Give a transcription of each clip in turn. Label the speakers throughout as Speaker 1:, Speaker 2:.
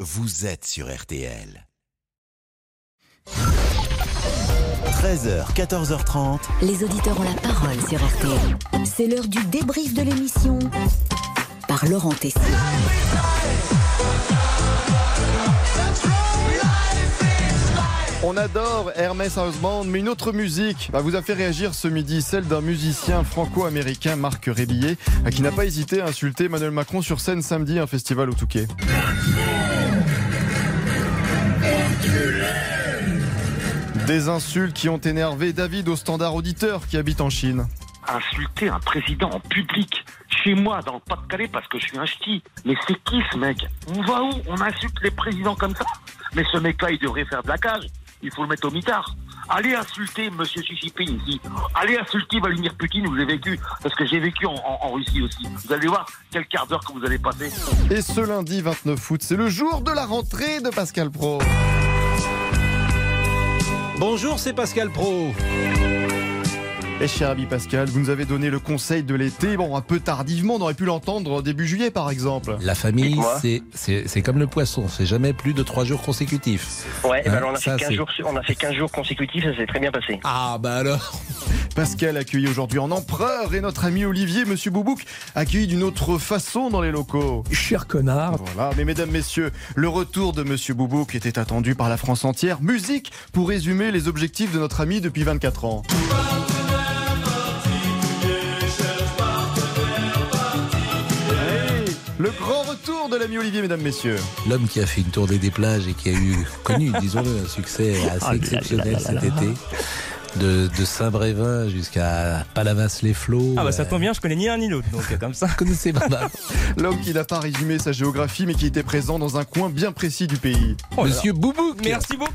Speaker 1: vous êtes sur RTL. 13h, 14h30.
Speaker 2: Les auditeurs ont la parole sur RTL. C'est l'heure du débrief de l'émission par Laurent Tessier.
Speaker 3: On adore Hermès Houseband, mais une autre musique bah, vous a fait réagir ce midi, celle d'un musicien franco-américain, Marc Rébillet, qui n'a pas hésité à insulter Emmanuel Macron sur scène samedi à un festival au Touquet. Des insultes qui ont énervé David au standard auditeur qui habite en Chine.
Speaker 4: insulter un président en public chez moi dans le Pas-de-Calais parce que je suis un ch'ti. Mais c'est qui ce mec On va où On insulte les présidents comme ça Mais ce mec-là, il devrait faire de la cage. Il faut le mettre au mitard. Allez insulter Monsieur Xi Jinping ici. Allez insulter Vladimir Poutine, vous avez vécu, parce que j'ai vécu en, en- en Russie aussi. Vous allez voir quel quart d'heure que vous allez passer.
Speaker 3: Et ce lundi 29 août, c'est le jour de la rentrée de Pascal Pro.
Speaker 5: Bonjour, c'est Pascal Pro.
Speaker 3: Et cher ami Pascal, vous nous avez donné le conseil de l'été, bon, un peu tardivement, on aurait pu l'entendre début juillet par exemple.
Speaker 6: La famille,
Speaker 7: Dites-moi.
Speaker 6: c'est- c'est c'est comme le poisson, c'est jamais plus de trois jours consécutifs.
Speaker 7: Ouais, eh ben
Speaker 6: Hein,
Speaker 7: alors on, a
Speaker 6: ça,
Speaker 7: fait 15
Speaker 6: c'est-
Speaker 7: jours, on a fait 15 jours consécutifs, ça s'est très bien passé.
Speaker 6: Ah bah alors
Speaker 3: Pascal accueilli aujourd'hui en empereur et notre ami Olivier, monsieur Boubouk, accueilli d'une autre façon dans les locaux.
Speaker 8: Cher connard,
Speaker 3: Voilà, mais mesdames, messieurs, le retour de Monsieur Boubou qui était attendu par la France entière. Musique pour résumer les objectifs de notre ami depuis 24 ans. Hey, Le grand retour de l'ami Olivier, mesdames, messieurs.
Speaker 6: L'homme qui a fait une tournée des plages et qui a eu connu, disons-le, un succès
Speaker 9: Ah,
Speaker 6: assez exceptionnel cet été. De, de Saint-Brévin jusqu'à Palavas-les-Flots.
Speaker 9: Ah bah
Speaker 6: Euh,
Speaker 9: ça tombe bien, je connais ni un ni l'autre, donc euh, comme ça.
Speaker 6: vous connaissez pas mal.
Speaker 3: L'homme qui n'a pas résumé sa géographie, mais qui était présent dans un coin bien précis du pays.
Speaker 9: Oh là là.
Speaker 6: Monsieur Boubouk,
Speaker 9: Merci beaucoup.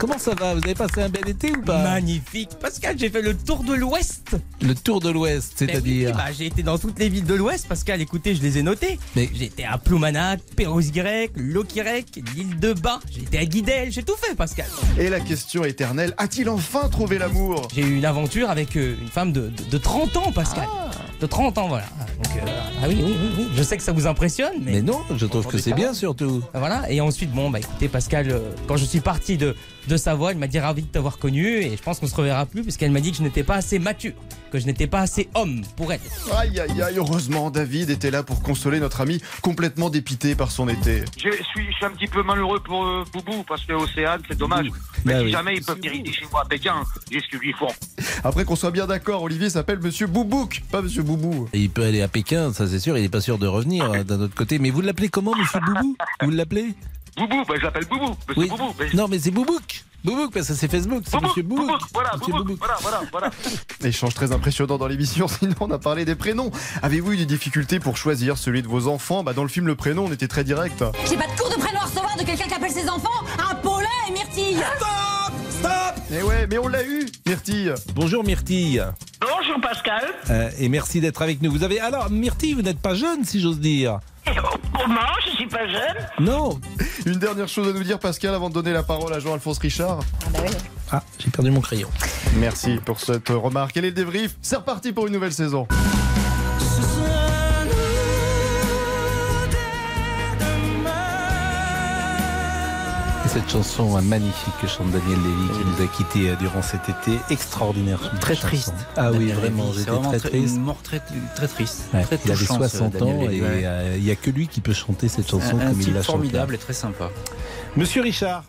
Speaker 6: comment ça va Vous avez passé un bel été ou pas
Speaker 9: Magnifique. Pascal, j'ai fait le tour de l'Ouest.
Speaker 6: Le tour de l'Ouest, c'est-à-dire.
Speaker 9: Bah, j'ai été dans toutes les villes de l'Ouest. Pascal, écoutez, je les ai notées.
Speaker 6: Mais-
Speaker 9: J'étais à Ploumanac, Pérouse-Grec, Lokirec, l'île de Bas. J'étais à Guidel. J'ai tout fait, Pascal.
Speaker 3: Et la question éternelle, a-t-il enfin trouvé l'amour
Speaker 9: J'ai eu une aventure avec euh, une femme de, de- de 30 ans, Pascal.
Speaker 6: Ah.
Speaker 9: De 30 ans, voilà. Donc, euh, ah oui, oui, oui, oui. Je sais que ça vous impressionne, mais...
Speaker 6: Mais non, je trouve que c'est bien surtout.
Speaker 9: Voilà, et ensuite, bon, bah écoutez, Pascal, euh, quand je suis parti de, de Savoie, elle m'a dit ravi de t'avoir connu, et je pense qu'on se reverra plus, puisqu'elle m'a dit que je n'étais pas assez mature, que je n'étais pas assez homme pour elle.
Speaker 3: Aïe, aïe, aïe, heureusement, David était là pour consoler notre ami complètement dépité par son été.
Speaker 4: Je suis, je suis un petit peu malheureux pour euh, Boubou parce que Océane, c'est dommage. Mais
Speaker 6: Bah
Speaker 4: si
Speaker 6: oui.
Speaker 4: jamais ils peuvent hériter chez moi à Pékin, j'ai ce que lui font.
Speaker 3: Après qu'on soit bien d'accord, Olivier s'appelle Monsieur Boubouk, pas Monsieur Boubou.
Speaker 6: Et il peut aller à Pékin, ça c'est sûr, il n'est pas sûr de revenir euh, d'un autre côté. Mais vous l'appelez comment, monsieur Boubou Vous l'appelez
Speaker 4: Boubou, bah, je l'appelle Boubou. Monsieur
Speaker 6: Oui.
Speaker 4: Boubou. mais-
Speaker 6: Non, mais c'est Boubouk Boubouk, parce que c'est Facebook, c'est
Speaker 4: Boubouk,
Speaker 6: monsieur Boubouk.
Speaker 4: Boubouk, voilà,
Speaker 6: Monsieur
Speaker 4: Boubouk,
Speaker 6: Boubouk.
Speaker 4: voilà, voilà, voilà.
Speaker 3: Échange très impressionnant dans l'émission, sinon on a parlé des prénoms. Avez-vous eu des difficultés pour choisir celui de vos enfants bah, Dans le film Le Prénom, on était très direct.
Speaker 2: J'ai pas de cours de prénom à recevoir de quelqu'un qui appelle ses enfants un Paulin et Myrtille.
Speaker 3: Mais Eh ouais, mais on l'a eu, Myrtille.
Speaker 6: Bonjour Myrtille,
Speaker 10: Bonjour Pascal.
Speaker 6: Euh, et merci d'être avec nous. Vous avez alors Myrtille, vous n'êtes pas jeune, si j'ose dire.
Speaker 10: Comment Je suis pas jeune.
Speaker 6: Non.
Speaker 3: Une dernière chose à nous dire, Pascal, avant de donner la parole à Jean-Alphonse Richard.
Speaker 6: Ah, j'ai perdu mon crayon.
Speaker 3: Merci pour cette remarque. Quel est le débrief C'est reparti pour une nouvelle saison.
Speaker 6: Et cette chanson euh, magnifique que chante Daniel Lévy qui nous a quittés euh, durant cet été, extraordinaire. cette
Speaker 11: Très
Speaker 6: chanson.
Speaker 11: triste.
Speaker 6: Ah oui,
Speaker 11: Daniel
Speaker 6: vraiment,
Speaker 11: Lévy, c'est
Speaker 6: j'étais
Speaker 11: vraiment
Speaker 6: très triste.
Speaker 11: Une mort très, très triste.
Speaker 6: Ouais,
Speaker 11: très
Speaker 6: il avait
Speaker 11: touchante,
Speaker 6: 60 ans
Speaker 11: Daniel
Speaker 6: et euh,
Speaker 11: Lévy,
Speaker 6: il
Speaker 11: ouais.
Speaker 6: n'y a que lui qui peut chanter cette chanson
Speaker 11: un, un
Speaker 6: comme il
Speaker 11: type
Speaker 6: la hein. chante. là.
Speaker 11: formidable et très sympa.
Speaker 6: Monsieur Richard,